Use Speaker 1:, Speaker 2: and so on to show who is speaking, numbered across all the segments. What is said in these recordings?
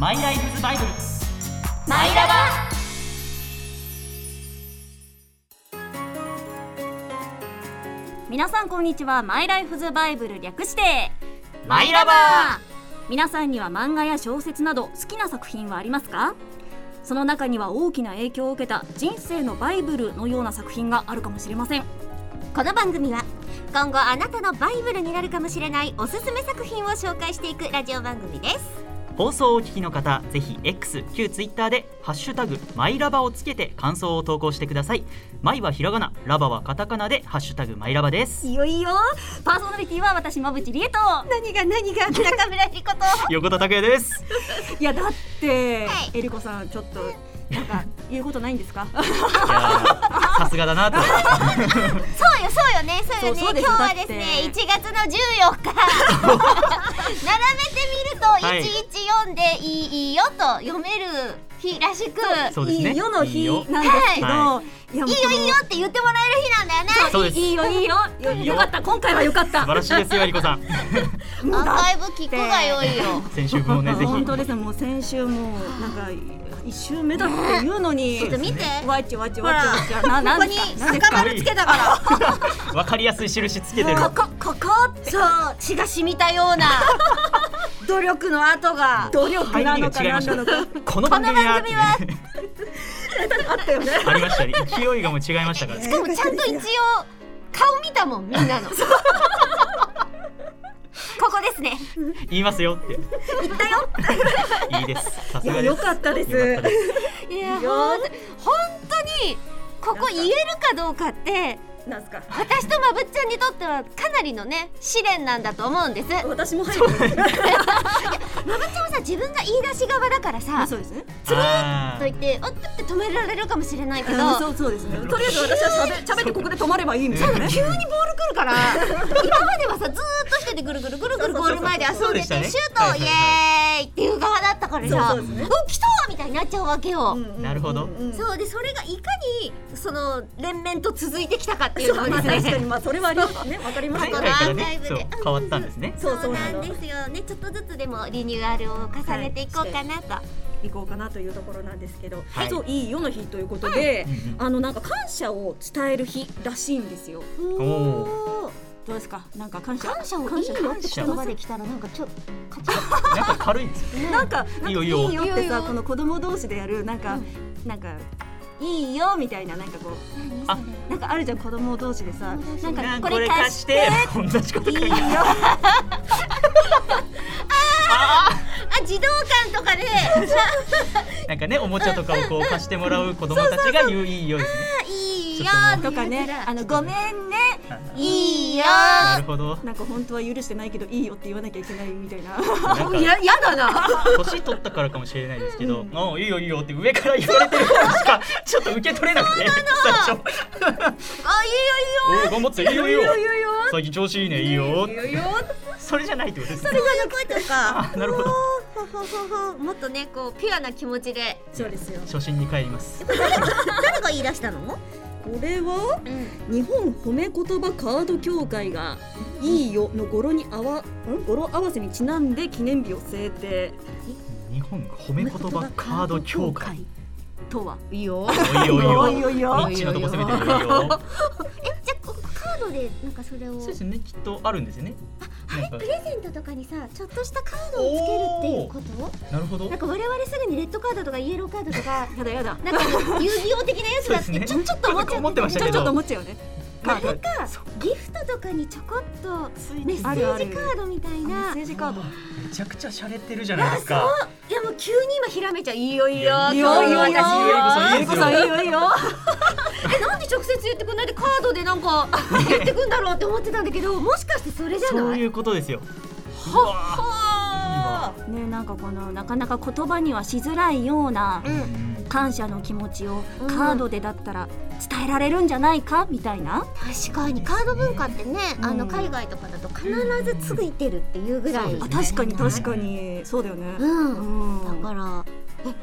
Speaker 1: マイライフバイブル
Speaker 2: マイラバ皆さんこんにちはマイライフズバイブル略して
Speaker 1: マイラバ
Speaker 2: 皆さんには漫画や小説など好きな作品はありますかその中には大きな影響を受けた人生のバイブルのような作品があるかもしれません
Speaker 3: この番組は今後あなたのバイブルになるかもしれないおすすめ作品を紹介していくラジオ番組です
Speaker 1: 放送をお聞きの方ぜひ X 旧 Twitter で「ハッシュタグマイラバ」をつけて感想を投稿してくださいマイはひらがなラバはカタカナで「ハッシュタグマイラバ」です
Speaker 2: いよいよパーソナリティは私馬淵理恵と
Speaker 3: 何が何が中村莉子と
Speaker 1: 横田拓也です
Speaker 2: いやだって、
Speaker 3: はい
Speaker 2: えりこさんちょっとなん か言うことないんですか
Speaker 1: いやーさすが だなと
Speaker 3: そうよそうよねそう
Speaker 2: そうそう
Speaker 3: よね
Speaker 2: ですよ
Speaker 3: 今日
Speaker 2: だ
Speaker 3: は
Speaker 2: っ
Speaker 3: で
Speaker 2: て
Speaker 3: すね1月の14日並べてみると114でいい,、い、いよと読める日らしく
Speaker 1: そうです
Speaker 2: い
Speaker 1: ね
Speaker 2: いよの
Speaker 1: いい
Speaker 2: 日
Speaker 1: よ
Speaker 2: なんですけど、、
Speaker 1: はい
Speaker 2: やもう
Speaker 3: いいよいいよって言ってもらえる日なんだよね
Speaker 1: そうです
Speaker 2: いいよいいよよ
Speaker 1: いいよ
Speaker 2: よかった今回はよかった
Speaker 1: 素晴らしいですよえりこさん
Speaker 2: も
Speaker 3: ア
Speaker 2: う
Speaker 3: ー
Speaker 2: だ
Speaker 3: カイブ聞くがよいよ
Speaker 1: 先週分をねぜひ
Speaker 2: 本当ですねもう先週もうなんか一週目だっていうのに
Speaker 3: ちょっと見て
Speaker 2: わっちわっちわっちわっちゃななん
Speaker 3: ここ
Speaker 2: です
Speaker 3: に
Speaker 2: かなんです
Speaker 3: 酒
Speaker 2: か
Speaker 3: 丸つけたから
Speaker 1: わかりやすい印つけてる
Speaker 3: ここここってそう血が染みたような努力の跡が
Speaker 2: 努力
Speaker 1: 入
Speaker 2: な
Speaker 1: り
Speaker 2: の
Speaker 1: が
Speaker 2: か
Speaker 1: 違い
Speaker 2: な
Speaker 1: ま
Speaker 2: ん
Speaker 1: し
Speaker 2: なのか
Speaker 1: たこの番組は
Speaker 3: この番組は
Speaker 2: あったよね
Speaker 1: ありましたね勢いがもう違いましたから
Speaker 3: しかもちゃんと一応顔見たもんみんなのここですね
Speaker 1: 言いますよって言ったよいいですさ
Speaker 2: い
Speaker 1: すがで
Speaker 2: や
Speaker 1: す
Speaker 2: よかったです
Speaker 1: よかったです
Speaker 3: いや
Speaker 2: いいよ
Speaker 3: ほんと本当にここ言えるかどうかって
Speaker 2: なんすか
Speaker 3: 私とまぶっちゃんにとってはかなりのね試練なんだと思うんですまぶっ
Speaker 2: 私も入る
Speaker 3: ちゃんはさ自分が言い出し側だからさ
Speaker 2: そうですね
Speaker 1: あ
Speaker 3: と
Speaker 1: ー
Speaker 3: 言っておっとって止められるかもしれないけど
Speaker 2: あ そうそうですねとりあえず私はしゃべしゃべってここで止まればいいみたいなね
Speaker 3: 急にボール来るから 今まではさずーっと一人でぐるぐるぐるぐるゴール前で遊んでて
Speaker 1: そうそうそうそうで
Speaker 3: シ
Speaker 1: し
Speaker 3: ュ
Speaker 1: たね
Speaker 3: ートイエーイっていう側だったから
Speaker 2: そ
Speaker 3: さ
Speaker 2: うそう
Speaker 3: う
Speaker 2: ですね
Speaker 3: ん来たみたいになっちゃうわけよ。
Speaker 2: うんうんうん
Speaker 1: なるほど
Speaker 2: うん
Speaker 3: そうでそれがいかにその連綿と続いてきたかっていうの
Speaker 2: そうま
Speaker 3: は
Speaker 2: あ
Speaker 3: で
Speaker 2: 確
Speaker 3: す
Speaker 2: か
Speaker 3: ね。
Speaker 2: にまあそれはありますねわかります
Speaker 1: 前
Speaker 3: こ
Speaker 1: 回
Speaker 3: の
Speaker 1: か
Speaker 3: ア
Speaker 1: ら
Speaker 3: ーカイ
Speaker 1: ね
Speaker 3: ブで
Speaker 1: そう変わったんですね
Speaker 2: そう
Speaker 3: そ
Speaker 2: そうう
Speaker 3: な
Speaker 2: なの
Speaker 3: んですよね。ちょっとずつでもリニューアルを重ねていこうかなと。
Speaker 2: 行こうかなというところなんですけど、
Speaker 1: はい
Speaker 2: そういい世の日ということで、
Speaker 1: うんうん
Speaker 2: あのなんか感謝を伝える日らしいんですよ。
Speaker 3: お
Speaker 1: お
Speaker 3: ー
Speaker 2: どうですか？なんか感謝。
Speaker 3: 感謝をいいよって言葉できたらなんかちょっとカチッ
Speaker 1: なんか軽いですよね
Speaker 2: なんかなんか
Speaker 1: い
Speaker 2: い
Speaker 1: い
Speaker 2: い
Speaker 1: よ
Speaker 2: よ
Speaker 1: いいよ
Speaker 2: って
Speaker 3: いい
Speaker 2: さ
Speaker 3: よ
Speaker 2: この子供同士でやるなんか、なんかいいよみたいななんかこう
Speaker 1: あ
Speaker 2: なんかあるじゃん子供同士でさ
Speaker 3: 子供同士
Speaker 2: なん
Speaker 3: な
Speaker 2: か
Speaker 1: ん
Speaker 2: こ
Speaker 1: か
Speaker 2: れ貸して
Speaker 1: て同じこと書いてある
Speaker 3: あ児童館とかで
Speaker 1: なんかねおもちゃとかをこう貸してもらう子供たちが言ういいよですね
Speaker 3: いいよ
Speaker 2: とかねあのごめんね
Speaker 3: いいよ
Speaker 1: なるほど
Speaker 2: なんか本当は許してないけどいいよって言わなきゃいけないみたいな。
Speaker 1: なんか
Speaker 3: ややだな。
Speaker 1: 年取ったからかもしれないですけど、あいいよいいよって上から言われてるからしかちょっと受け取れなくて最初
Speaker 3: あいいよ
Speaker 1: おい頑張っていいよいいよ
Speaker 2: よよ
Speaker 1: 最近調子いいねいいよそれじゃないってことですね
Speaker 3: いいよ。とか。
Speaker 1: あなるほど
Speaker 3: ほほほほもっとねこうピュアな気持ちで。
Speaker 2: そうですよ。
Speaker 1: 初心に帰ります
Speaker 3: 誰が言い出したの？
Speaker 2: これは
Speaker 3: うん。
Speaker 2: 日本褒め言葉カード協会が「いいよ」の語呂に合わん語呂合わせにちなんで記念日を制定
Speaker 1: 日本褒め言葉カード協会
Speaker 2: とはい
Speaker 4: いよ。
Speaker 1: おいよいい
Speaker 2: よ
Speaker 1: よ
Speaker 2: いよ
Speaker 1: ニッチのとこ攻めてるよいいよ
Speaker 3: えじゃあこカードでなんかそれを
Speaker 1: そうですねきっとあるんですよねなんか
Speaker 3: プレゼントとかにさちょっとしたカードをつけるっていうこと？
Speaker 1: なるほど
Speaker 3: なんか我々すぐにレッドカードとかイエローカード とか
Speaker 2: やだやだ
Speaker 3: なんか遊戯王的なやつだって
Speaker 1: そうです
Speaker 3: ち
Speaker 1: ね
Speaker 3: ょちょっと思っちゃ
Speaker 1: 思ってま
Speaker 3: っ
Speaker 1: したた
Speaker 2: ち
Speaker 1: け
Speaker 2: ょち
Speaker 1: ど
Speaker 2: ょっと思っちゃうよね
Speaker 1: なんか
Speaker 3: かギフトとかにちょこっとメッセ
Speaker 2: あるあ
Speaker 3: ー
Speaker 2: る
Speaker 3: ジカードみたい
Speaker 2: メッ
Speaker 3: な
Speaker 2: セージカード
Speaker 1: めちゃくちゃ洒落てるじゃないですか
Speaker 3: いやもう急に今ひらめちゃういいよいいよ
Speaker 1: いい
Speaker 3: 今
Speaker 1: よ
Speaker 3: 日の
Speaker 1: いいよ
Speaker 3: 私
Speaker 1: いいよ
Speaker 2: ゆりこさんいいよいいよ
Speaker 3: えなんで直接言ってくんないでカードでなんか言ってくんだろうって思ってたんだけどもしかしてそれじゃ
Speaker 1: そう
Speaker 3: ない
Speaker 1: いうことですようわ
Speaker 3: はっ
Speaker 2: ねなんかこのなかなか言葉にはしづらいような
Speaker 3: うん
Speaker 1: うん
Speaker 2: 感謝の気持ちを
Speaker 3: うん
Speaker 2: カードでだったら伝えられるんじゃないかみたいな
Speaker 3: 確かにカード文化ってね、
Speaker 2: うん
Speaker 3: あの海外とかだと必ずついてるっていうぐらい、
Speaker 1: うん
Speaker 2: あ確かに確かにそうだよね
Speaker 3: うん
Speaker 2: うん
Speaker 3: だからえ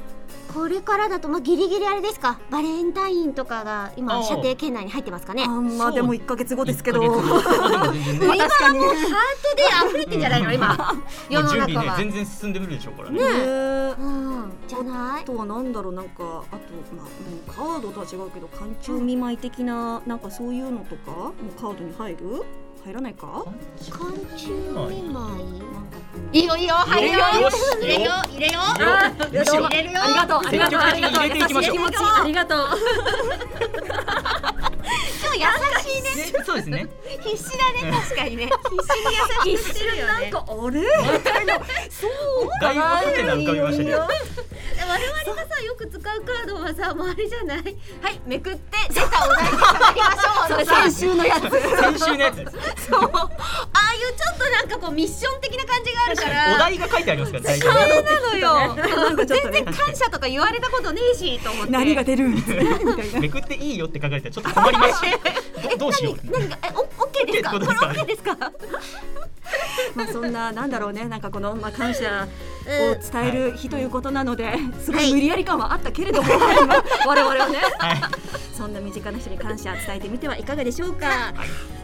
Speaker 3: これからだと、まあ、ギリギリあれですかバレンタインとかが
Speaker 1: あ
Speaker 3: 今
Speaker 1: ー
Speaker 3: 射程圏内に入ってますかね
Speaker 2: あ
Speaker 3: ハー
Speaker 2: んまあでも1ヶ月後ですけど
Speaker 1: 一ヶ月後まあでも全然ね
Speaker 3: 売り場
Speaker 2: 確かに
Speaker 3: トで溢れてんじゃないの 今世
Speaker 1: もう準
Speaker 3: の中
Speaker 1: 備ね
Speaker 3: は、
Speaker 1: 全然進んでるでしょうからね
Speaker 2: ね
Speaker 3: うんじゃな
Speaker 2: あ
Speaker 3: い
Speaker 2: とはなんだろうなんかあとまあうんカードとは違うけど環中見舞い的ななんかそういうのとかもうカードに入る入らないか
Speaker 3: 寒中見舞い
Speaker 2: なんかこう
Speaker 3: いいよいいよ入れよ
Speaker 1: よし
Speaker 3: 入れよ入れよ
Speaker 1: あーよし
Speaker 3: 入れるよ
Speaker 2: ありがとうありがとうありがとう
Speaker 1: 積極的に入れていきましょう
Speaker 2: 優しい気持ちありがとう
Speaker 3: 今日優しいね
Speaker 1: ねそうですね
Speaker 3: 必死だね確かにね必死に優しくするよね
Speaker 2: なんかあれ
Speaker 1: だいぶハテナ浮かびましたけど
Speaker 3: 我々がさよく使うカードはさもうあれじゃないはいめくって出たお題で喋りましょう のさ
Speaker 2: 先週のやつ
Speaker 1: 先週のやつです
Speaker 3: そうああいうちょっとなんかこうミッション的な感じがあるから
Speaker 1: お題が書いてありますから大
Speaker 3: そ
Speaker 1: 体ね
Speaker 3: れなのよ
Speaker 2: なんかちょっとね
Speaker 3: 全然感謝とか言われたことねえしと思って
Speaker 2: 何が出るみたいな
Speaker 1: めくっていいよって書かれたらちょっと困りますどどうしよう
Speaker 3: 何がえおオッケーですか
Speaker 1: オ
Speaker 3: こ
Speaker 1: ッケー
Speaker 3: れオ
Speaker 1: ってことですか
Speaker 3: ッケーですか
Speaker 2: まあそんななんだろうねなんかこのまあ感謝
Speaker 3: う
Speaker 2: を
Speaker 3: ん
Speaker 2: 伝える日ということなので、すご
Speaker 3: はいい
Speaker 2: 無理やり感はあったけれども、今我々はね
Speaker 1: はい
Speaker 2: そんな身近な人に感謝伝えてみてはいかがでしょうか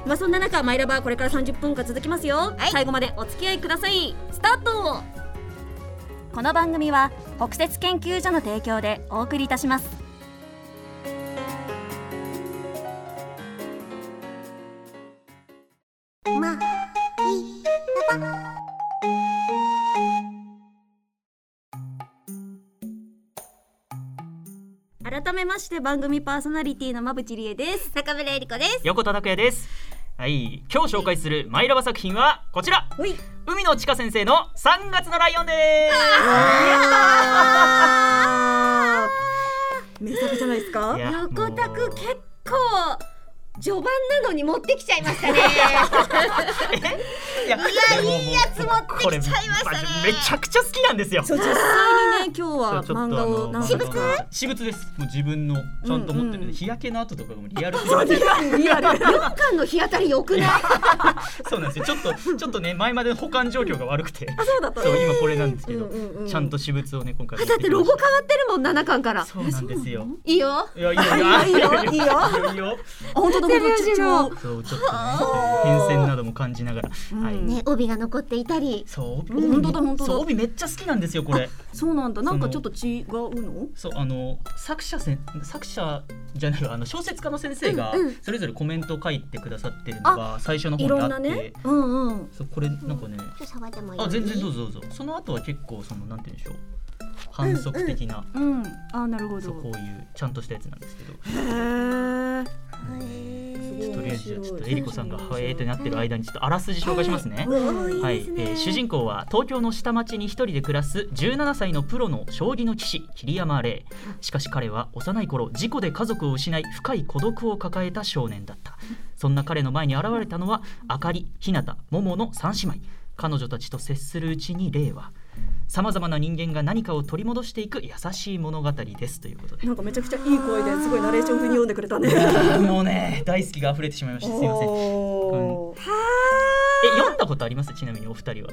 Speaker 2: まあそんな中マイラバーこれから30分間続きますよ、
Speaker 3: はい
Speaker 2: 最後までお付き合いくださいスタートこの番組は北雪研究所の提供でお送りいたします
Speaker 3: まあ
Speaker 2: 改めまして番組パーソナリティのまぶちりえです
Speaker 3: 中村えり子です
Speaker 1: 横田拓也ですはい今日紹介するマイラバ作品はこちら
Speaker 2: ほい
Speaker 1: 海野千佳先生の3月のライオンです
Speaker 2: 名作じゃないですか
Speaker 1: いや
Speaker 3: 横田く
Speaker 1: もう
Speaker 3: 結構序盤なのに持ってきちゃいました ね
Speaker 1: いや
Speaker 3: いやいいやつ持ってきちゃいましたね
Speaker 1: これめちゃくちゃ好きなんですよ
Speaker 2: そう実際にね今日は
Speaker 1: そう
Speaker 2: 漫画を何
Speaker 1: ちょっ
Speaker 2: 冊
Speaker 1: とあの
Speaker 2: か
Speaker 1: 私物ですもう自分のちゃんと持ってる、
Speaker 2: うんうん
Speaker 1: 日焼けの跡とかがもうリアル
Speaker 2: リアル
Speaker 3: 今回の日当たり良くない
Speaker 1: そうなんですよちょっとちょっとね前までの保管状況が悪くて
Speaker 2: そうだった
Speaker 1: そう今これなんですけど、
Speaker 2: うんうんうん
Speaker 1: ちゃんと私物をね今回持
Speaker 3: だ
Speaker 1: て
Speaker 3: っ
Speaker 1: き
Speaker 3: て
Speaker 1: ま
Speaker 3: ロ
Speaker 1: し
Speaker 3: ゴ
Speaker 1: た
Speaker 3: 変わってるもん七巻から
Speaker 1: そうなんですよ
Speaker 3: いいよ
Speaker 1: いやいいよ
Speaker 2: いいよいいよ
Speaker 1: いいよ
Speaker 2: 本当だ本当ちっちゃ
Speaker 1: そうちょっとね変遷なども感じながら、
Speaker 2: うん
Speaker 1: はい、
Speaker 3: ね帯が残っていたり
Speaker 1: そう帯
Speaker 2: うん本当だ本当だ
Speaker 1: そう帯めっちゃ好きなんですよこれ
Speaker 2: そうなんだなんかちょっと違うの
Speaker 1: そうあの作者せん作者じゃないわあの小説家の先生が
Speaker 3: うんうん
Speaker 1: それぞれコメントを書いてくださってるのが最初の方
Speaker 2: い
Speaker 1: にあ
Speaker 2: ろん
Speaker 1: っ
Speaker 2: な
Speaker 1: て
Speaker 2: ねうんうん
Speaker 1: そうこれなんかね、
Speaker 3: ちょっと触ってもいい
Speaker 1: あ全然どうぞどうぞその後は結構そのなんて言うんでしょう反則的な、
Speaker 2: うんあなるほ
Speaker 1: そう
Speaker 2: ど
Speaker 1: こういうちゃんとしたやつなんですけど
Speaker 2: へえ
Speaker 3: はい
Speaker 1: とりあえずじゃあちょっとえりこさんが「はえー」となってる間にちょっとあらすじ紹介しますね。
Speaker 3: うん
Speaker 1: はい
Speaker 3: いですね
Speaker 1: えー主人公は東京の下町に一人で暮らす17歳のプロの将棋の棋士桐山玲しかし彼は幼い頃事故で家族を失い深い孤独を抱えた少年だったそんな彼の前に現れたのはあかりひなたももの三姉妹彼女たちと接するうちに玲はさまざまな人間が何かを取り戻していく優しい物語ですということで
Speaker 2: なんかめちゃくちゃいい声ですごいナレーション風に読んでくれたね
Speaker 1: もうね大好きが溢れてしまいましたすいませんえ
Speaker 2: おー
Speaker 1: 読んだことありますちなみにお二人は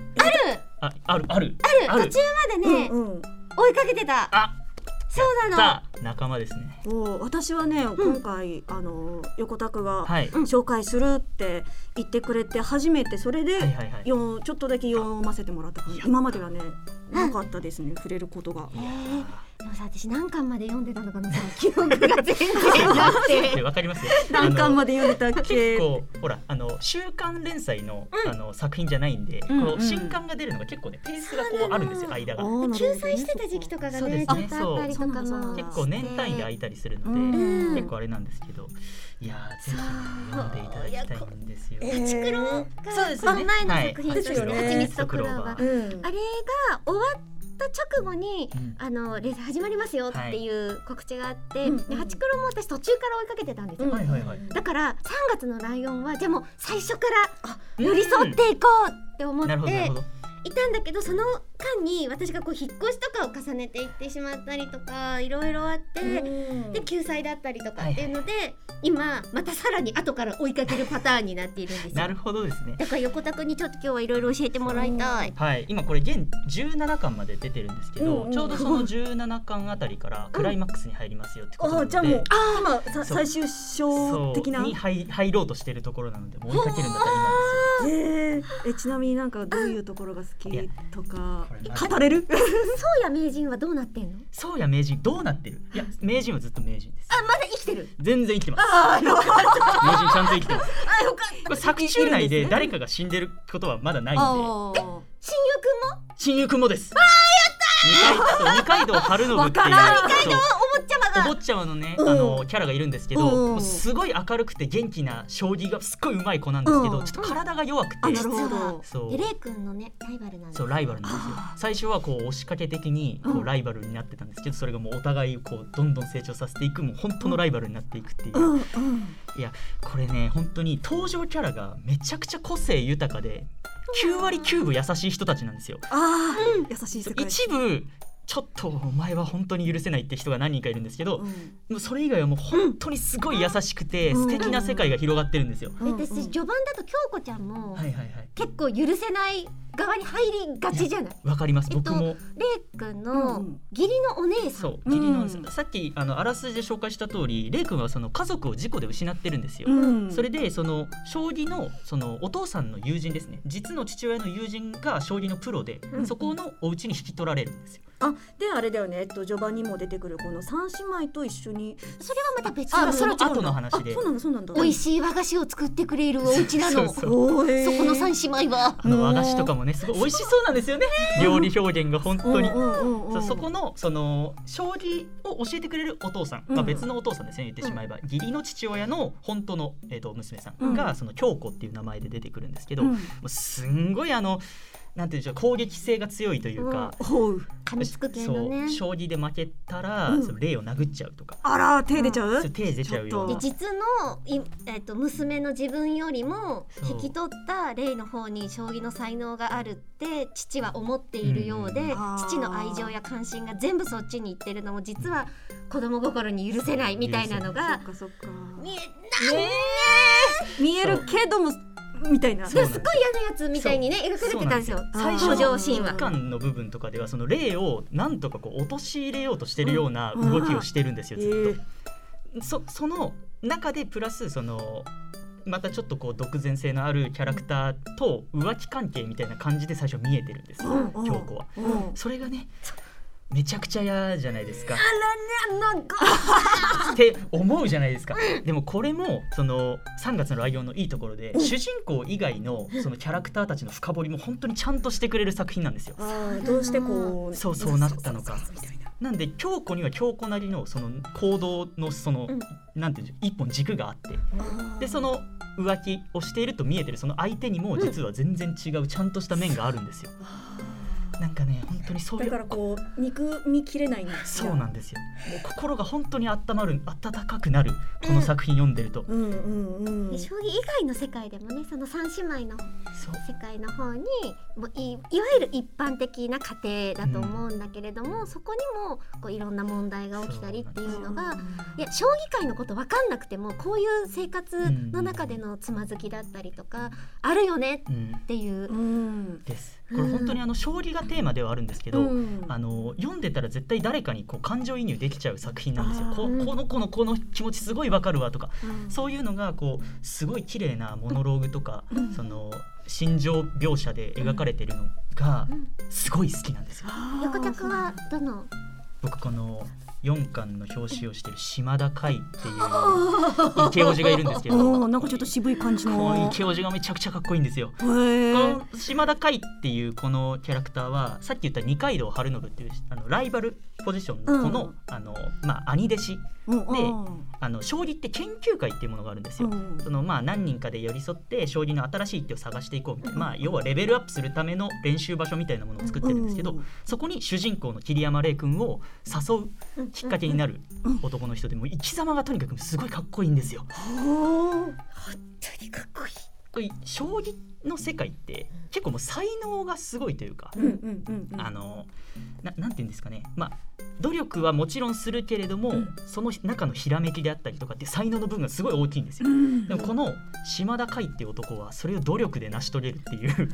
Speaker 1: ああるある
Speaker 3: ある途中までね
Speaker 2: うんうん
Speaker 3: 追いかけてた
Speaker 1: あ
Speaker 3: そうなの
Speaker 1: さあ仲間ですね
Speaker 2: おー私はね今回あの横田くが
Speaker 1: はい、
Speaker 2: 紹介するって言ってくれて初めてそれで
Speaker 1: はいはいはい
Speaker 2: よちょっとだけ読ませてもらった感じ今まではねなかったですね触れることが
Speaker 1: いや
Speaker 3: でもさ私何巻まで読んでたのかなその記憶が全然なくて
Speaker 1: ーわかりますよ
Speaker 2: 何巻ま
Speaker 1: で
Speaker 2: で読んでたっけ
Speaker 1: 結構ほらあの週刊連載の,、あの作品じゃないんで、
Speaker 2: うんうん
Speaker 1: この新刊が出るのが結構ねペースがこうあるんですよ間が
Speaker 2: あーなるほどね
Speaker 3: 救済してた時期とかが
Speaker 1: そうですね
Speaker 3: ねちょっとあったりとか
Speaker 2: そう
Speaker 3: も
Speaker 1: 結構年単位で空いたりするので、
Speaker 3: うん
Speaker 1: 結構あれなんですけどいやーぜひね読んでいただきたいんですよ。
Speaker 2: えー
Speaker 3: 「ちくろ」が
Speaker 1: そうですよね
Speaker 3: 前の作品として「
Speaker 2: はい
Speaker 3: はちみつとクローバー」
Speaker 2: うん
Speaker 3: あれが終わった直後に、
Speaker 1: うん
Speaker 3: あのレース始まりますよっていう告知があって、
Speaker 2: いうん
Speaker 3: でハチクロも私途中から追いかけてたんですよ、
Speaker 2: うん
Speaker 1: はいはいはい。
Speaker 3: だから3月のライオンはじゃあもう最初から寄り添っていこうって思っ
Speaker 1: なるほどなる
Speaker 3: て
Speaker 1: ほど。
Speaker 3: いたんだけどその間に私がこう引っ越しとかを重ねていってしまったりとかいろいろあって、で救済だったりとかっていうので、今またさらに後から追いかけるパターンになっているんですよ。
Speaker 1: なるほどですね
Speaker 3: だから横田くんにちょっと今日はいろいろ教えてもらいたい。
Speaker 1: はい、今これ現17巻まで出てるんですけど、ちょうどその17巻あたりからクライマックスに入りますよってことな
Speaker 2: あ
Speaker 1: の
Speaker 2: あ
Speaker 1: で、
Speaker 2: じゃあもう今さ
Speaker 1: そう
Speaker 2: 最終章的な
Speaker 1: そうに入入ろうとしてるところなのでもう追いかけるんだったら今ですよ
Speaker 2: えーえちなみになんかどういうところが好きとか
Speaker 5: いや
Speaker 2: 語れる
Speaker 3: そうや名人はどうなってんの？
Speaker 1: そうや名人どうなってるいや名人はずっと名人です
Speaker 3: あまだ生きてる。
Speaker 1: 全然生きてます名人ちゃんと生きてます
Speaker 3: あよかった。
Speaker 1: これ作中内で誰かが死んでることはまだないんで
Speaker 2: あー
Speaker 3: 親友くんも
Speaker 1: 親友くんもです二階そう二階堂春信っていうそう
Speaker 3: お坊ちゃま
Speaker 1: お
Speaker 3: が
Speaker 1: 坊ちゃまのね、
Speaker 3: うん
Speaker 1: あのキャラがいるんですけど、
Speaker 2: うん
Speaker 1: すごい明るくて元気な将棋がすっごい上手い子なんですけど、
Speaker 2: うん
Speaker 1: ちょっと体が弱くて、
Speaker 2: あなるほ
Speaker 3: 実は
Speaker 2: ど
Speaker 1: そう
Speaker 3: エレイくんのねライバルなんです。
Speaker 1: そうライバルなんですよ最初はこう押しかけ的にこ
Speaker 2: うん
Speaker 1: うライバルになってたんですけど、それがもうお互いこうどんどん成長させていくもう本当のライバルになっていくっていう、
Speaker 2: うんうん
Speaker 1: これね本当に登場キャラがめちゃくちゃ個性豊かで9割9分優しい人たちなんですよ。
Speaker 2: あー優しい世界
Speaker 1: 一部ちょっとお前は本当に許せないって人が何人かいるんですけど、
Speaker 2: うん
Speaker 1: もうそれ以外はもう本当にすごい優しくて、
Speaker 2: うん
Speaker 1: 素敵な世界が広がってるんですよ。
Speaker 2: うん
Speaker 3: 私序盤だと京子ちゃんも
Speaker 1: はいはいはい。
Speaker 3: 結構許せない側に入りがちじゃない。
Speaker 1: わかります。
Speaker 3: えっと
Speaker 1: 僕も、
Speaker 3: レイくん
Speaker 2: う
Speaker 3: の
Speaker 2: ん
Speaker 3: 義理のお姉さん。
Speaker 1: そう義理の、
Speaker 2: うん
Speaker 1: さっきあのあらすじで紹介した通り、レイ君はその家族を事故で失ってるんですよ。
Speaker 2: うん
Speaker 1: それでその将棋のそのお父さんの友人ですね実の父親の友人が将棋のプロで、
Speaker 2: うん
Speaker 1: そこのお家に引き取られるんですよ。
Speaker 2: あであれだよねえっと序盤にも出てくるこの三姉妹と一緒に
Speaker 3: それはまた別
Speaker 1: あ
Speaker 3: の
Speaker 1: それ
Speaker 2: 違う
Speaker 1: は
Speaker 2: んだ
Speaker 1: 後の話で
Speaker 2: あそうなんだそうなんだ
Speaker 3: 美味しい和菓子を作ってくれるお家なの。
Speaker 1: そ
Speaker 3: そう
Speaker 2: おーえー
Speaker 3: この三姉妹は。
Speaker 1: あの和菓子とかもねすごい美味しそうなんですよね料理表現が本当に。
Speaker 2: うんうんうんう
Speaker 1: そ
Speaker 2: ん
Speaker 1: そこのその将棋を教えてくれるお父さん、
Speaker 2: うん
Speaker 1: まあ、別のお父さんですね言ってしまえば、義理の父親の本当の、えー、と娘さ
Speaker 2: うんん
Speaker 1: が、その京子っていう名前で出てくるんですけど、
Speaker 2: う
Speaker 1: も
Speaker 2: ん
Speaker 1: うすんごいあのなんていうんでしょう攻撃性が強いというか、
Speaker 2: ほう
Speaker 3: 噛みつく系のね
Speaker 1: そう。将棋で負けたら、
Speaker 2: うん
Speaker 1: その霊を殴っちゃうとか、
Speaker 2: あら手出ちゃう
Speaker 1: そう手出ちゃうよう
Speaker 2: ち
Speaker 3: で
Speaker 2: ょっ
Speaker 1: な
Speaker 2: と
Speaker 3: 実のい、えっと娘の自分よりも
Speaker 1: そう
Speaker 3: 引き取ったレイの方に将棋の才能があるって父は思っているようで、
Speaker 1: うん
Speaker 2: あー
Speaker 3: 父の愛情や関心が全部そっちに行ってるのも実は子供心に許せないみたいなの
Speaker 2: そ
Speaker 3: が
Speaker 2: っかそっか
Speaker 3: 見え
Speaker 2: 見えるけどもみたいな
Speaker 1: そ
Speaker 3: な
Speaker 1: う
Speaker 3: すっごい嫌なやつみたいにね描かれてたんですよ
Speaker 2: そうなんですよ
Speaker 3: 登場シーンは
Speaker 2: あ。
Speaker 1: 間の部分とかではその霊をなんとかこう陥れようとしてるような
Speaker 2: うん
Speaker 1: 動きをしてるんですよ、
Speaker 2: え
Speaker 1: ずっと。
Speaker 2: ー
Speaker 1: そその中でプラスそのまたちょっとこう独善性のあるキャラクターと浮気関係みたいな感じで最初見えてるんですよ
Speaker 2: うんうん
Speaker 1: 京子は。
Speaker 2: うん
Speaker 1: それがねめちゃくちゃ嫌じゃないですか
Speaker 3: あなんか
Speaker 1: って思うじゃないですかでもこれもその3月のライオンのいいところで主人公以外のそのキャラクターたちの深掘りも本当にちゃんとしてくれる作品なんですよ
Speaker 2: あ。ーどうしてこう
Speaker 1: そうそうなったのか
Speaker 2: そうそうそうみたいな
Speaker 1: なんで京子には京子なりのその行動のその、
Speaker 3: うん
Speaker 1: なんていうんでしょう一本軸があってでその浮気をしていると見えてるその相手にも実は全然違うちゃんとした面があるんですよ。なんかね本当にそうい
Speaker 2: だから
Speaker 1: う
Speaker 2: こう憎みきれないんだ
Speaker 1: そうなんですよ。もう心が本当に温まる温かくなるこの作品読んでると、
Speaker 2: うんうんうん
Speaker 3: で将棋以外の世界でもねその三姉妹の
Speaker 1: そう
Speaker 3: 世界の方にもういいわゆる一般的な家庭だと思うんだけれども、そこにもこういろんな問題が起きたりっていうのがいや将棋界のこと分かんなくてもこういう生活の中でのつまずきだったりとか、あるよねっ
Speaker 1: うん
Speaker 3: ていう
Speaker 2: う。ん
Speaker 1: です。これ本当にあの将棋がテーマではあるんですけど。
Speaker 2: うん
Speaker 1: あの読んでたら絶対誰かにこう感情移入できちゃう作品なんですよ。こ
Speaker 2: あ
Speaker 3: ー
Speaker 1: この子のこの気持ちすごいわかるわとか
Speaker 2: うん
Speaker 1: そういうのがこうすごい綺麗なモノローグとか、
Speaker 2: うん
Speaker 1: その心情描写で描かれてるのが
Speaker 3: うん
Speaker 1: すごい好きなんですよ。
Speaker 3: 横田君はどの
Speaker 1: 僕この4巻の表紙をしてる島田海っていう 池オジがいるんですけ
Speaker 2: お
Speaker 1: ど
Speaker 2: ーなんかちょっと渋い感じ
Speaker 1: この
Speaker 2: の。
Speaker 1: 池オジがめちゃくちゃかっこいいんですよ。
Speaker 2: へ
Speaker 1: こ
Speaker 2: ー
Speaker 1: の島田海っていうこのキャラクターはさっき言った二階堂春信っていうあのライバルポジションのこの,、
Speaker 2: う
Speaker 1: あのまあ、兄弟子
Speaker 2: うん
Speaker 1: であの将棋って研究会っていうものがあるんですよ。
Speaker 2: うん
Speaker 1: そのまあ何人かで寄り添って将棋の新しい一手を探していこうみたいな、まあ、要はレベルアップするための練習場所みたいなものを作ってるんですけど、
Speaker 2: うん
Speaker 1: そこに主人公の桐山礼君を誘うきっかけになる男の人でもう生き様がとにかくすごいかっこいいんですよ。
Speaker 2: おー
Speaker 3: 本当にかっこいい
Speaker 1: これ将棋の世界って結構もう才能がすごいというか、
Speaker 2: うんうんうんうん
Speaker 1: あのななんて言うんですかねまあ努力はもちろんするけれども、
Speaker 2: うん
Speaker 1: その中のひらめきであったりとかって才能の部分がすごい大きいんです
Speaker 2: う
Speaker 1: よ。
Speaker 2: ん
Speaker 1: でもこの島田海っていう男はそれを努力で成し遂げるっ ていう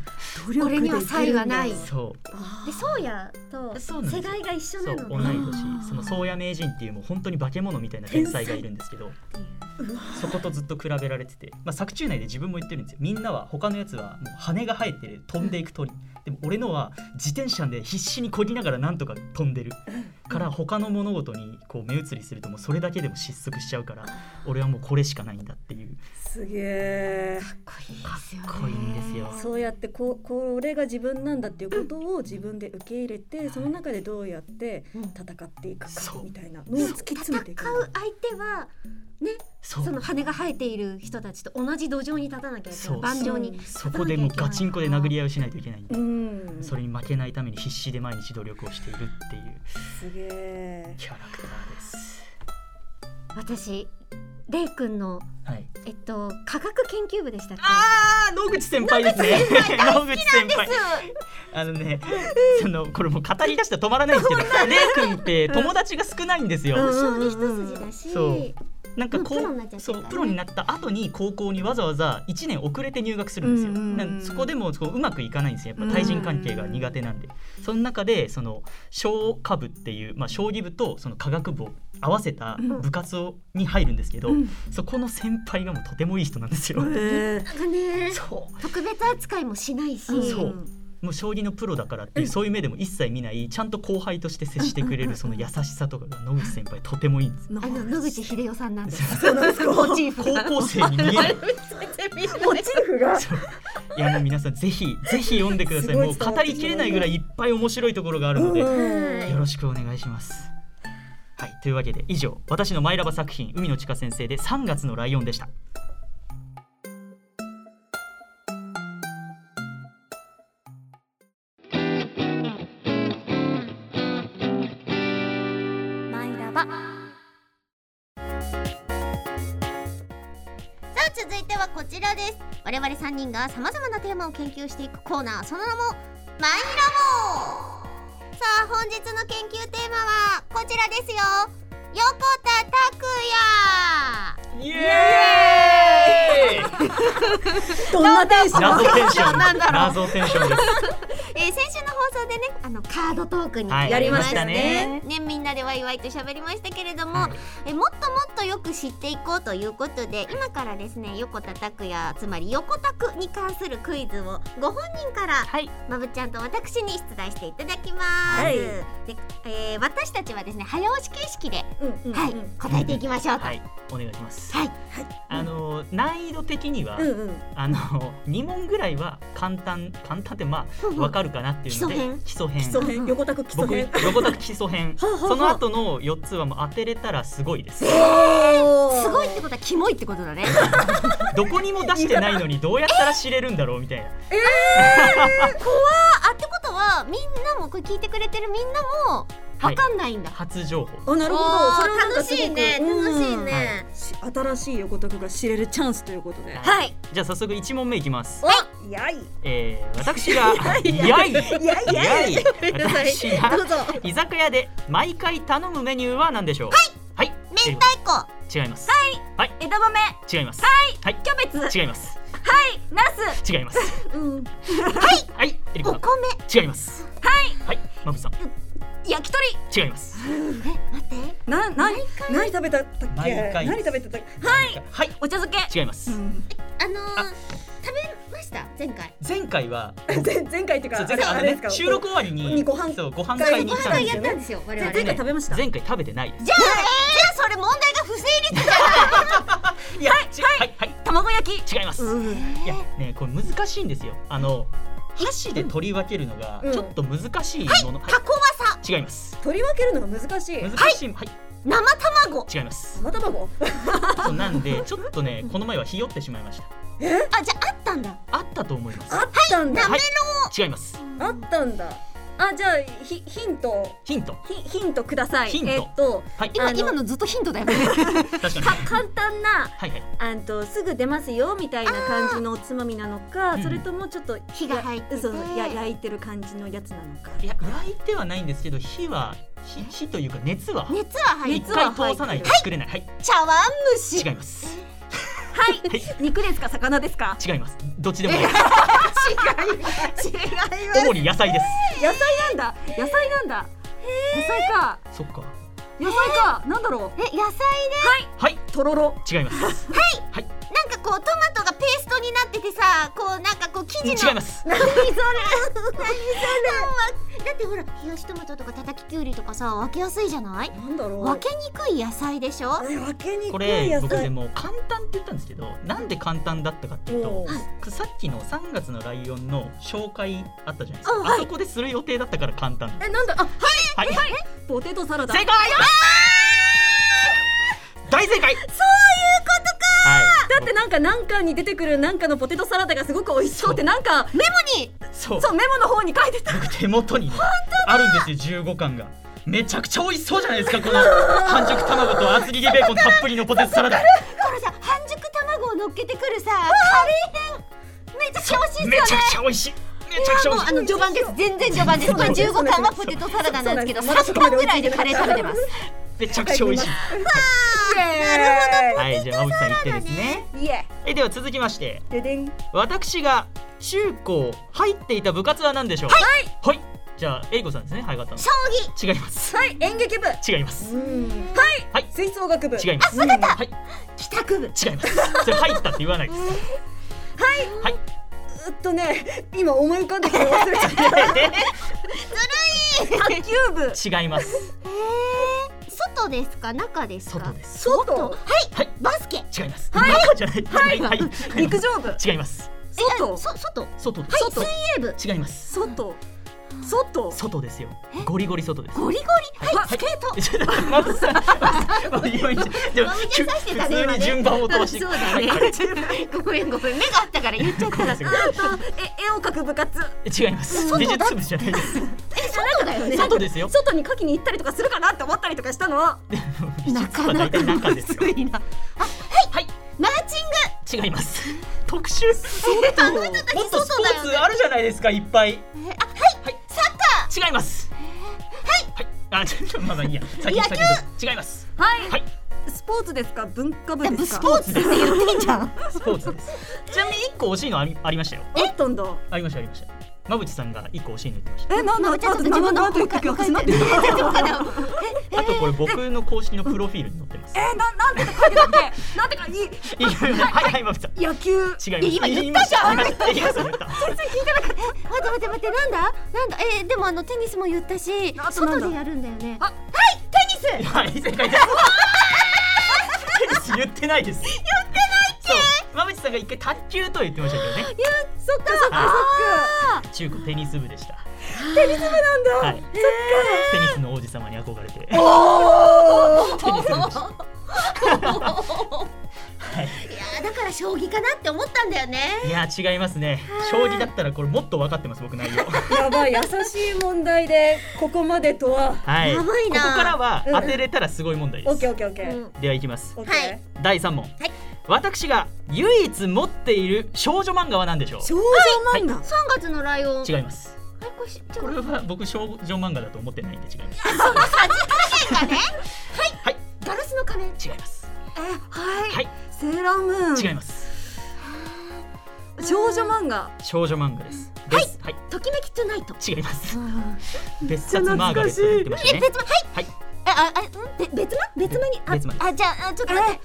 Speaker 2: 努力できるんだ
Speaker 3: 俺には才はない
Speaker 1: そ
Speaker 2: あー
Speaker 3: でそうやと
Speaker 1: そうなんです
Speaker 3: 世
Speaker 1: よ
Speaker 3: 代が一
Speaker 1: う
Speaker 3: 緒
Speaker 1: そ
Speaker 3: な
Speaker 1: う
Speaker 3: の
Speaker 1: 同い
Speaker 3: ね
Speaker 1: 年その宗谷名人っていうもう本当に化け物みたいな天才がいるんですけどそことずっと比べられてて、まあ、作中内で自分も言ってるんですよみんなは他のやつはもう羽が生えてる飛んでいく鳥でも俺のは自転車で必死に漕ぎながらなんとか飛んでるから他の物事にこう目移りするともうそれだけでも失速しちゃうから俺はもうこれしかないんだっていう
Speaker 2: すげえ
Speaker 3: かっこいいですよね
Speaker 1: かっこいいんですよ
Speaker 2: そうやってこうこれが自分なんだっていうことを自分で受け入れてその中でどうやって戦っていく
Speaker 1: そ
Speaker 2: か
Speaker 1: う
Speaker 2: みたいなのを突き詰めていく
Speaker 3: 戦う相手は
Speaker 1: そう
Speaker 3: その羽が生えている人たちと同じ土壌に立たなきゃいけ
Speaker 1: そ
Speaker 3: な
Speaker 1: う
Speaker 3: い盤上に
Speaker 1: そこでもうガチンコで殴り合いをしないといけないんで
Speaker 2: うん
Speaker 1: それに負けないために必死で毎日努力をしているっていう
Speaker 2: すげえ
Speaker 1: キャラクターです。
Speaker 3: 私レイ君の
Speaker 1: はい
Speaker 3: えっと科学研究部でしたっけ
Speaker 1: あー野口先輩ですね。野口先輩。あのね、そのこれもう語り出したら止まらないんですけど、レイ君って友達が少ないんです
Speaker 3: 将
Speaker 1: よ。
Speaker 3: 棋一筋だし、
Speaker 1: そうなんかこ
Speaker 3: もうプロになっちゃ
Speaker 1: う、
Speaker 3: って
Speaker 1: そ
Speaker 3: るから
Speaker 1: う
Speaker 3: ね
Speaker 1: プロになった後に高校にわざわざ1年遅れて入学するんですよ。
Speaker 2: うんうんうん
Speaker 1: なんそこでもこううまくいかないんですよ。やっぱ対人関係が苦手なんで、その中でその商科部っていうまあ将棋部とその科学部を合わせた部活をに入るんですけど、
Speaker 2: うん
Speaker 1: そこの先輩がもうとてもいい人なんですよ。
Speaker 2: え
Speaker 3: なんか ね
Speaker 1: そう。
Speaker 3: 特別扱いもしないし、
Speaker 1: そうもう将棋のプロだからっていうそういう目でも一切見ないちゃんと後輩として接してくれるその優しさとかが野口先輩とてもいい んですよ
Speaker 3: あの野口英世さんなんです
Speaker 1: そう
Speaker 3: なんですかモチーフ
Speaker 1: 高校生に見え ない
Speaker 2: モチーフが
Speaker 1: そういやもう皆さんぜひぜひ読んでください
Speaker 2: すごい
Speaker 1: もう語りきれないぐらいいっぱい面白いところがあるのでよ
Speaker 2: うん
Speaker 1: ろしくお願いしますはいというわけで以上私のマイラバ作品海野千佳先生で3月のライオンでした
Speaker 6: マイラバ
Speaker 5: さあ続いてはこちらです我々3人がさまざまなテーマを研究していくコーナーその名もマイラボさあ本日の研究テーマはこちらですよ横田拓也
Speaker 1: イエーイ
Speaker 2: どんなテンション
Speaker 1: 謎テンション
Speaker 5: なんだろう
Speaker 1: 謎テンションです
Speaker 5: えー、先週の放送でねあのカードトークに、
Speaker 1: はいやりましたね
Speaker 5: ねみんなでワイワイと喋りましたけれども、
Speaker 1: はい
Speaker 5: えもっともっとよく知っていこうということで今からですね横田拓也つまり横田拓に関するクイズをご本人から
Speaker 1: はい
Speaker 5: まぶちゃんと私に出題していただきます、
Speaker 2: はい
Speaker 5: でえー私たちはですね早押し形式で、
Speaker 2: うんうん
Speaker 5: はい答えていきましょうと、
Speaker 1: はいお願いします
Speaker 5: はい
Speaker 1: あの難易度的には、
Speaker 2: うんうん
Speaker 1: あの2問ぐらいは簡単簡単ってま
Speaker 5: うんうん
Speaker 1: あわかるかなっていうので基礎編
Speaker 2: 基礎編横田区基礎
Speaker 1: 僕
Speaker 2: 編
Speaker 1: 横田基礎編
Speaker 2: はあはあはあ
Speaker 1: その後の4つはもう当てれたらすごいです
Speaker 5: すごいってことはキモいってことだ ね
Speaker 1: どこにも出してないのにどうやったら知れるんだろうみたいな
Speaker 5: あってことはみんなもこれ聞いてくれてるみんなも
Speaker 1: はい
Speaker 5: わかんないんだ、
Speaker 1: 初情報
Speaker 2: あなるほ
Speaker 5: お
Speaker 2: ど
Speaker 5: ー
Speaker 2: それはなんか
Speaker 5: 楽
Speaker 2: すご
Speaker 5: し
Speaker 2: く
Speaker 5: いね
Speaker 2: うん
Speaker 5: 楽しいね、
Speaker 2: し新しい横田区が知れるチャンスということで
Speaker 1: は
Speaker 5: はい
Speaker 1: じゃあ早速1問目いきます
Speaker 2: やい
Speaker 1: えー、私がい
Speaker 2: や
Speaker 1: やい
Speaker 2: やいやい
Speaker 1: い私が居酒屋で毎回頼むメニューは何でしょうはい、
Speaker 5: 明太子
Speaker 1: 違いますはい
Speaker 6: 枝豆
Speaker 1: 違いますはい、
Speaker 6: キャベツ
Speaker 1: 違います
Speaker 6: ナス
Speaker 1: 違います
Speaker 2: うん
Speaker 1: はいエリコ
Speaker 5: お
Speaker 1: さん
Speaker 5: 米
Speaker 1: 違いますはいはいマブさん
Speaker 6: 焼き鳥
Speaker 1: 違います
Speaker 5: 待って
Speaker 2: なな何食べたったっけ
Speaker 1: 毎回
Speaker 2: 何食べたったっけ
Speaker 1: はいはい
Speaker 6: お茶漬け
Speaker 1: 違います、
Speaker 5: あのー
Speaker 1: あ
Speaker 5: 食べました前回
Speaker 1: 前回は
Speaker 2: 前前回っていうか
Speaker 1: そう前回あ
Speaker 2: あ
Speaker 1: の、
Speaker 2: れ
Speaker 1: ね
Speaker 2: です、か
Speaker 1: 収録終わりに
Speaker 2: にご飯
Speaker 1: そうご飯会に行ったん
Speaker 5: 前回
Speaker 1: です
Speaker 5: や
Speaker 1: よ
Speaker 5: ったんですよ我々
Speaker 2: 前回食べました
Speaker 1: 前回食べてないです
Speaker 5: じゃあ、えー、じゃあそれ問題が不成立だ
Speaker 1: いやちはいはい
Speaker 6: 卵焼き
Speaker 1: 違います、いやねこれ難しいんですよあの箸で取り分けるのが
Speaker 2: うん
Speaker 1: ちょっと難しいもの、はい
Speaker 5: タコワサ
Speaker 1: 違います
Speaker 2: 取り分けるのが難しい
Speaker 1: 難しいはい、
Speaker 5: 生卵
Speaker 1: 違います
Speaker 2: 生卵
Speaker 1: そうなんでちょっとねこの前はひよってしまいました
Speaker 5: あじゃああったんだ
Speaker 1: あったと思います
Speaker 2: あったんだ
Speaker 1: はい違います
Speaker 2: あったんだあじゃあヒヒント
Speaker 1: ヒント
Speaker 2: ヒヒントください
Speaker 1: ヒント
Speaker 2: えっと
Speaker 1: はい
Speaker 2: あ
Speaker 7: 今
Speaker 2: の
Speaker 7: 今のずっとヒントだよね
Speaker 1: 確かに
Speaker 2: か簡単な
Speaker 1: はいはい
Speaker 2: あんとすぐ出ますよみたいな感じのおつまみなの
Speaker 1: あ
Speaker 2: か
Speaker 1: ー
Speaker 2: それともちょっと
Speaker 7: 火が入ってて
Speaker 2: そうそうや焼いてる感じのやつなのか
Speaker 1: いや焼いてはないんですけど火は火火というか熱は
Speaker 7: 熱は入
Speaker 1: 一
Speaker 7: る
Speaker 1: 回通さないと作れないはい
Speaker 7: 茶碗蒸し
Speaker 1: 違います
Speaker 2: 肉ですか魚ですか
Speaker 1: 違いますどっちでもない
Speaker 7: 違います
Speaker 1: 主に野菜です
Speaker 2: 野菜なんだ野菜なんだ野菜か
Speaker 1: そっか
Speaker 2: 野菜かなんだろ
Speaker 7: え野菜
Speaker 1: はい
Speaker 2: うとろろ
Speaker 1: 違います
Speaker 3: なんかこうトマトがペーストになっててさこうなんかこう生地の
Speaker 1: 違います
Speaker 3: だってほら冷やしトマトとかたたききゅうりとかさ分けやすいじゃない
Speaker 2: なんだろう
Speaker 3: 分けにくい野菜でしょ
Speaker 2: え分けに
Speaker 1: こ
Speaker 2: くい
Speaker 1: れ
Speaker 2: 野
Speaker 1: 僕で
Speaker 2: 菜
Speaker 1: も簡単って言ったんですけどなんで簡単だったかっていうと
Speaker 2: おー
Speaker 1: さっきの3月のライオンの紹介あったじゃないですかあそこでする予定だったから簡単
Speaker 2: えなんだあ
Speaker 1: はい
Speaker 2: ポテトサラダ
Speaker 1: 正解大正解そういうこと
Speaker 2: だってなんかなんかに出てくるなんかのポテトサラダがすごく美味しそうってなんか
Speaker 1: かそう
Speaker 2: そうメモの方に書いてた
Speaker 1: 僕手元にねあるんですよ15巻がめちゃくちゃ美味しそうじゃないですかこの半熟卵と厚切りベーコンたっぷりのポテトサラダ
Speaker 3: これさ半熟卵を乗っけてくるさ
Speaker 1: めちゃくちゃ美味しいめちゃくちゃ美味しい
Speaker 3: あの序盤です全然序盤ですこれ15巻はポテトサラダなんですけど3巻ぐらいでカレー食べてます
Speaker 1: めちゃくちゃ美味しい
Speaker 2: なる
Speaker 1: はいじゃあ馬渕さん言ってですね
Speaker 2: ほどイエ
Speaker 1: えでは続きまして
Speaker 2: ででん
Speaker 1: 私が中高入っていた部活は何でしょうはいはいじゃあ英子さんですねはいがったの将棋違います
Speaker 2: はい演劇部
Speaker 1: 違います
Speaker 2: うん
Speaker 1: は
Speaker 2: はいい吹奏楽部
Speaker 1: 違います
Speaker 2: わかった
Speaker 1: はい
Speaker 2: 帰宅部う
Speaker 1: 違いますそれ入ったって言わないです
Speaker 2: っとね今思い浮かんだけど忘れちゃった 卓球部
Speaker 1: 違います
Speaker 3: 外ですか中です
Speaker 1: 外
Speaker 3: か
Speaker 1: です
Speaker 2: 外
Speaker 1: はい
Speaker 3: バスケ
Speaker 1: 違いますはいじゃないはいはい
Speaker 2: 陸上部
Speaker 1: 違います
Speaker 2: 外
Speaker 3: そ外
Speaker 1: 外です
Speaker 2: 外
Speaker 1: 違います
Speaker 2: 外外
Speaker 1: 外ですよゴリゴリ外です
Speaker 3: ゴリゴリはいスケー ト
Speaker 1: ちょっと待って待って今でも
Speaker 3: み出さしてたね
Speaker 1: 普通に順番を通して
Speaker 3: そうだね ごめんごめん目があったから言っちゃったら
Speaker 1: 違
Speaker 2: え絵を描く部活
Speaker 1: います美術部じゃないです
Speaker 3: 外だよね
Speaker 1: 外ですよ
Speaker 2: 外に描きに行ったりとかするかなって思ったりとかしたの
Speaker 1: なかなか中 ですよ
Speaker 3: いな
Speaker 1: マーチング違います特殊
Speaker 3: もっ
Speaker 1: もっとスポーツあるじゃないですかいっぱいはいサッカー違いますはいあちょっとまだいいや先に先に違います
Speaker 2: はい、
Speaker 1: はい
Speaker 2: スポーツですか文化部ですか
Speaker 3: スポーツって言ってんじゃん
Speaker 1: スポーツ ですちなみに一個惜しいのありありましたよ
Speaker 2: あったんだ
Speaker 1: ありましたありました馬渕さんが一個惜しいの言ってました
Speaker 2: えなんだ
Speaker 3: まあちょっと
Speaker 2: あ
Speaker 3: 自分の
Speaker 2: なんて言ったっけ私なんて言ったっけ
Speaker 1: あとこれ僕の公式のプロフィールに載ってます。
Speaker 2: えななんて書いてたっけなんてかい
Speaker 1: いやはいはい馬渕さん。
Speaker 2: 野球
Speaker 1: 違います。今言ったじゃん。言いました言いました
Speaker 3: 待って待って待ってなんだなんだえーでもあのテニスも言ったし
Speaker 2: あとなんだ
Speaker 3: 外でやるんだよね
Speaker 2: あ
Speaker 1: 言いましたはい正解です。テニス言ってないです。言ってないって。そう馬渕さんが一回卓球と言ってましたけどね。
Speaker 2: そっかそっか
Speaker 1: 中高テニス部でした。
Speaker 2: なんだ、
Speaker 1: はい。テニスの王子様に憧れて。テニス部でした。
Speaker 3: いやーだから将棋かなって思ったんだよね
Speaker 1: いや違いますね。将棋だったらこれもっと分かってます僕内容。
Speaker 2: やばい優しい問題でここまでとは
Speaker 1: はい。
Speaker 3: や
Speaker 1: こ
Speaker 3: ばい
Speaker 1: こ
Speaker 3: な
Speaker 1: からは当てれたらすごい問題
Speaker 2: オ
Speaker 1: で
Speaker 2: ッ
Speaker 1: す
Speaker 2: ケーオ。ッケーオッケー
Speaker 3: ん
Speaker 1: ではいきます。
Speaker 2: オッケ
Speaker 3: は
Speaker 2: ー
Speaker 3: い
Speaker 1: 第三問、
Speaker 3: い
Speaker 1: 私が唯一持っている少女漫画は何でしょう
Speaker 2: 少女漫画、
Speaker 3: 三月のライオン
Speaker 1: 違います
Speaker 3: あれこれしちょっと
Speaker 1: これは僕少女漫画だと思ってないんで違います
Speaker 3: ガラスの仮面
Speaker 1: 違います
Speaker 2: えはい、
Speaker 1: はい
Speaker 2: セーラームーン
Speaker 1: 違います
Speaker 2: 少女漫画
Speaker 1: 少女漫画ですですはい、
Speaker 3: ときめきトゥナイト
Speaker 1: 違います別冊マーガレットに言ってましたね
Speaker 3: 別間
Speaker 1: はい
Speaker 3: えああうんべ別間別間にあ
Speaker 1: 別間です
Speaker 3: あじゃああちょっと待って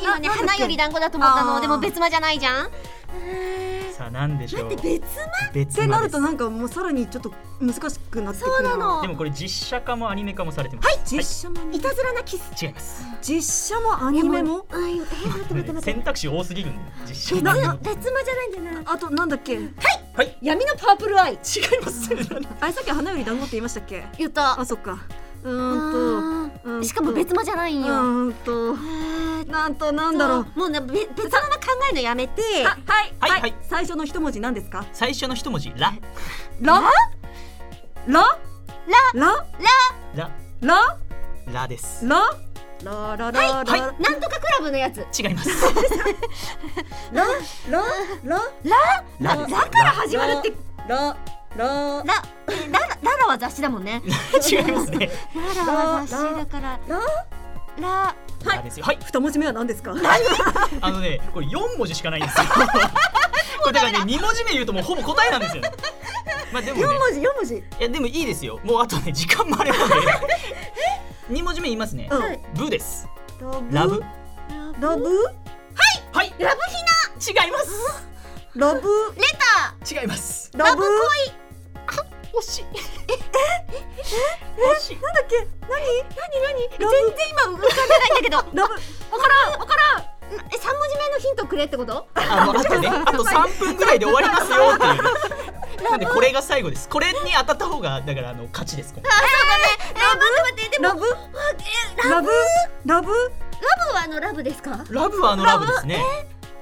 Speaker 3: 今ね
Speaker 2: ななんだっけ
Speaker 3: 花より団子だと思った
Speaker 2: あ
Speaker 3: の
Speaker 2: ー
Speaker 3: でも別間じゃないじゃん
Speaker 1: さあ何でしょう
Speaker 2: 別っ
Speaker 1: 別
Speaker 2: てな
Speaker 1: 漫
Speaker 2: ると
Speaker 1: 画
Speaker 2: なんかもうさらにちょっと難しくなってくる
Speaker 3: そうなの
Speaker 1: でもこれ実写化もアニメ化もされてますはい
Speaker 2: 実写も、
Speaker 3: いたずらなキス
Speaker 1: 違います
Speaker 2: 実写もアニメも
Speaker 3: あーえー待って待って待って
Speaker 1: 選択肢多すぎるんで実写
Speaker 2: え
Speaker 1: も
Speaker 2: な
Speaker 1: アニメも
Speaker 2: な
Speaker 3: 別間じゃないんだよな
Speaker 2: あとなんだっけ
Speaker 3: 闇のパープルアイ
Speaker 1: 違います
Speaker 2: あれさっき花より団子って言いましたっけ
Speaker 3: 言った
Speaker 2: あそっかうーんとうーん
Speaker 3: あー
Speaker 2: と
Speaker 3: しかも別間じゃない
Speaker 2: うん
Speaker 3: よ
Speaker 2: ーんとなんとなんだろう
Speaker 3: もうねべ別間は考えるのやめて
Speaker 2: あはい
Speaker 1: は
Speaker 2: はいい、
Speaker 1: はい
Speaker 2: 最初の一文字なんですか
Speaker 1: 最初の一文字ラ
Speaker 2: ラララ
Speaker 1: ラ
Speaker 2: ラ
Speaker 1: ラです
Speaker 2: ラララララララ
Speaker 1: はいは
Speaker 3: なんとかクラブのやつ
Speaker 1: 違います
Speaker 2: ラララ
Speaker 1: ラです
Speaker 3: だから始まるって
Speaker 2: ララ
Speaker 5: ラララララは雑誌だもんね。
Speaker 1: 違いますね
Speaker 5: ララは雑誌だから
Speaker 2: ラ
Speaker 5: ラ
Speaker 1: ラですよはい
Speaker 2: 二文字目は何ですか
Speaker 1: あのねこれ四文字しかないんですよこれだからね二文字目言うともうほぼ答えなんですよねまあでもね
Speaker 2: 四文字四文字
Speaker 1: いやでもいいですよもうあとね時間もあればね二文字目言いますね
Speaker 2: うん
Speaker 1: ブですラ
Speaker 2: ラ
Speaker 1: ブ
Speaker 2: ブラブ
Speaker 1: はいラブヒナ違います
Speaker 2: ラブ
Speaker 1: 違います
Speaker 2: ラブ
Speaker 1: 惜しい惜しい
Speaker 2: なんだっけ何何何ラブ
Speaker 3: 今浮かんでないんだけど
Speaker 2: ラブ
Speaker 3: え三文字目のヒントくれってこと
Speaker 1: あのあとねあと三分ぐらいで終わりますよっていうなんでこれが最後ですこれに当たった方がだからあの勝ちです今回
Speaker 2: ラブラブラブ
Speaker 3: ラブはあのラブですかラブ
Speaker 1: ラブはあのラブですね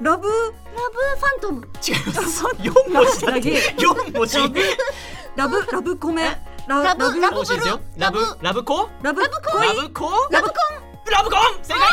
Speaker 2: ラブ
Speaker 3: ファントム
Speaker 1: 違います四文字だって四文字
Speaker 2: ラブラブコメララブラ
Speaker 1: 惜しいですよラブラブコ
Speaker 2: ラブ
Speaker 1: ラ
Speaker 2: 恋
Speaker 1: ブコラブコンラブコン正解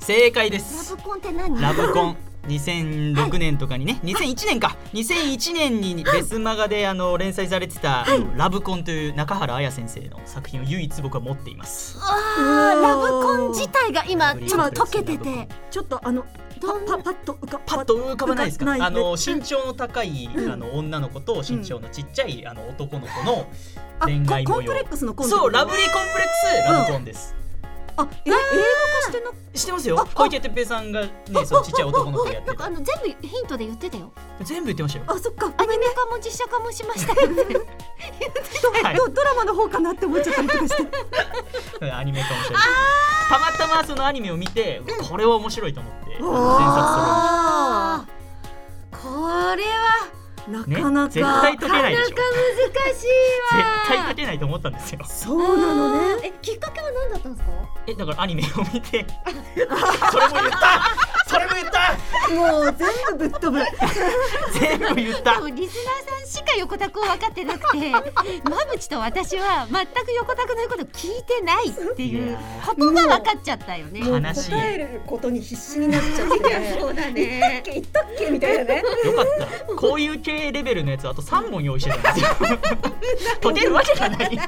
Speaker 1: 正解です
Speaker 3: ラブコンって何
Speaker 1: ラブコン2006年とかにね、2001年か2001年にベスマガであの連載されてた「あのラブコン」という中原彩先生の作品を唯一僕は持っています
Speaker 3: あーラブコン自体が今
Speaker 1: ブリ
Speaker 3: ち
Speaker 1: ー
Speaker 3: ょ
Speaker 1: フ
Speaker 3: っと溶けて
Speaker 1: ブレスラ
Speaker 3: て
Speaker 1: ブ
Speaker 2: ちょっとあのパパパッと浮か
Speaker 1: パッと浮かばないですか
Speaker 2: 浮かばない
Speaker 1: あの身長の高いあの女の子と身長のちっちゃいあの男の子の
Speaker 2: あ
Speaker 1: 恋愛
Speaker 2: コ
Speaker 1: 模
Speaker 2: ンプ
Speaker 1: 様
Speaker 2: レックスのコン
Speaker 1: そうラブリーコンプレックスラブコンです
Speaker 2: あえ英語化してな
Speaker 1: 知ってますよ小池徹平さんがねそのちっちゃい男の子やって
Speaker 3: なんかあ
Speaker 1: た
Speaker 3: の全部ヒントで言ってたよ
Speaker 1: 全部言ってましたよ
Speaker 2: あそっか
Speaker 3: アニメ化も実写化もしましたけ どね
Speaker 1: はい
Speaker 2: ドドラマの方かなって思っちゃったりとかして
Speaker 1: アニメかもしれないたまたまそのアニメを見て、これは面白いと思って
Speaker 2: おー
Speaker 1: 全作
Speaker 3: あーこれは
Speaker 2: な
Speaker 1: するね
Speaker 2: かな
Speaker 1: 絶対
Speaker 2: か
Speaker 1: 解けないでしょ絶
Speaker 3: 難しい
Speaker 1: 対解けないと思ったんですよ
Speaker 2: そうなのね
Speaker 3: えきっかけは何だったんですか
Speaker 1: えだからアニメを見てそれも言ったそれも言った
Speaker 2: もう全部ぶっ飛ぶ
Speaker 1: 全部言った
Speaker 5: 多分リスナーさんしか横田くん分かってなく て馬淵と私は全く横田くんの言うこと聞いてないって
Speaker 1: い
Speaker 5: いう
Speaker 1: やー
Speaker 5: ことが分かっちゃったよね。
Speaker 1: もう悲しい
Speaker 2: 答えることに必死になっちゃってね
Speaker 5: そうだ ね。
Speaker 2: 言ったっけみたいなね
Speaker 1: よかったこういう系レベルのやつあと3問用意してたんですよ解けるわけがない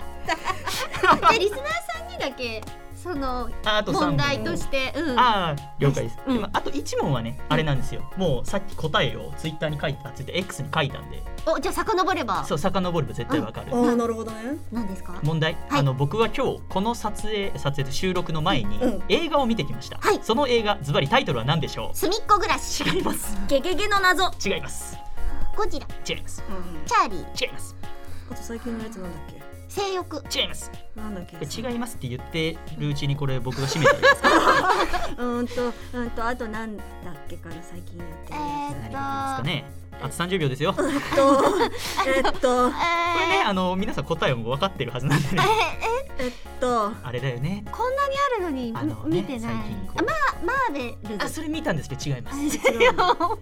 Speaker 3: でリスナーさんにだけその
Speaker 1: ああと3問
Speaker 3: 問題としてうん
Speaker 1: ああ了解です、でもあと1問はねあれなんですよもうさっき答えをツイッターに書いてあツイッター X に書いたんで
Speaker 3: おじゃあ遡れば
Speaker 1: そう遡れば絶対わかる、
Speaker 2: ああなるほどね
Speaker 3: 何ですか
Speaker 1: 問題、
Speaker 3: はい
Speaker 1: あの僕は今日この撮影撮影と収録の前に
Speaker 2: うん
Speaker 1: 映画を見てきました、
Speaker 3: はい
Speaker 1: その映画ズバリタイトルは何でしょ
Speaker 5: 隅っこ暮ら し。
Speaker 1: う違います
Speaker 6: ゲゲゲの謎
Speaker 1: 違います
Speaker 5: ゴジラ、
Speaker 1: 違います
Speaker 5: チャーリー、
Speaker 1: 違います
Speaker 2: あと最近のやつなんだっけ
Speaker 5: 性欲。
Speaker 1: 違います
Speaker 2: なんだっけ
Speaker 1: これ違いますって言ってるうちにこれ僕が締めたらいいですか
Speaker 2: うーんとうーんとあとなんだっけから最近やってるや
Speaker 1: 何がいいですかねあと30秒ですよこれね
Speaker 2: つとえっと
Speaker 5: えー
Speaker 1: あの皆さん答えも分かってるはずなんでね
Speaker 2: えっと
Speaker 1: あれだよね
Speaker 5: こんなにあるのに
Speaker 1: あの
Speaker 5: 見
Speaker 1: ね
Speaker 5: て
Speaker 1: 最
Speaker 5: ない。
Speaker 1: 近こう
Speaker 5: マーベル
Speaker 1: あそれ見たんですけど違いますね
Speaker 2: 違う
Speaker 1: あの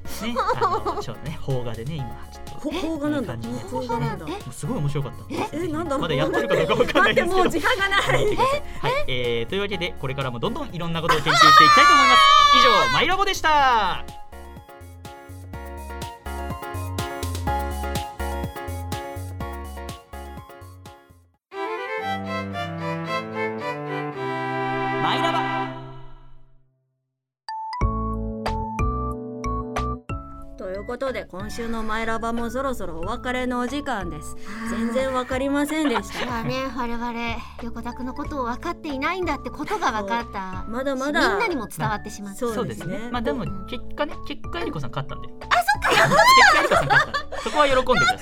Speaker 1: ちょっとね邦画でね今ちょっと
Speaker 2: ほ邦画なんだ
Speaker 1: いい感じのやつ
Speaker 2: 邦画なんだ
Speaker 1: もうすごい面白かったんで
Speaker 2: えなんだろう
Speaker 1: まだやってるかどうかわかんないですけど
Speaker 2: 待ってもう時間がない
Speaker 1: 頑張ってくださいはい、えー、というわけでこれからもどんどんいろんなことを研究していきたいと思います 以上マイラボでしたマイラバ
Speaker 2: ということで今週の「マイラバ」もそろそろお別れのお時間です全然わかりませんでした
Speaker 3: まあね 我々横田くんのことを分かっていないんだってことが分かった
Speaker 2: まだま
Speaker 3: みん
Speaker 2: だ
Speaker 3: なにも伝わってしまった
Speaker 2: そう
Speaker 1: そう
Speaker 2: で
Speaker 1: ですす
Speaker 2: ね
Speaker 1: ねまあでも
Speaker 3: うん
Speaker 1: 結果ね結果えりこさん勝ったんであそっ か結果えりこさん勝ったんでそこは喜んでく ださい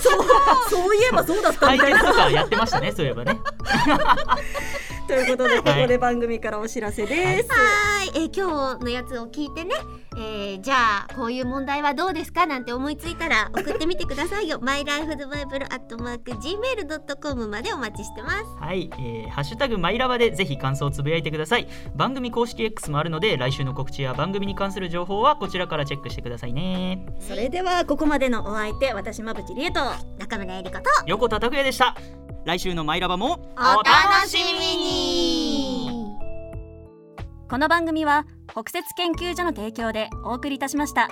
Speaker 2: そうそういえばそうだった
Speaker 1: 対
Speaker 2: みたい
Speaker 1: 決
Speaker 2: な
Speaker 1: とかやってましたねそういえばね
Speaker 2: とということで、ここで番組からお知らせです。
Speaker 3: はい、えー今日のやつを聞いてね、えーじゃあこういう問題はどうですかなんて思いついたら送ってみてくださいよ mylifethebible.gmail.com までお待ちしてます
Speaker 1: はい、えーハッシュタグマイラバでぜひ感想をつぶやいてください番組公式 X もあるので来週の告知や番組に関する情報はこちらからチェックしてくださいね
Speaker 2: それでは、ここまでのお相手、私まぶちりえと。
Speaker 3: 中村えりかと
Speaker 1: 横田拓也でした来週のマイラバも
Speaker 5: お楽しみに
Speaker 6: この番組は北雪研究所の提供でお送りいたしました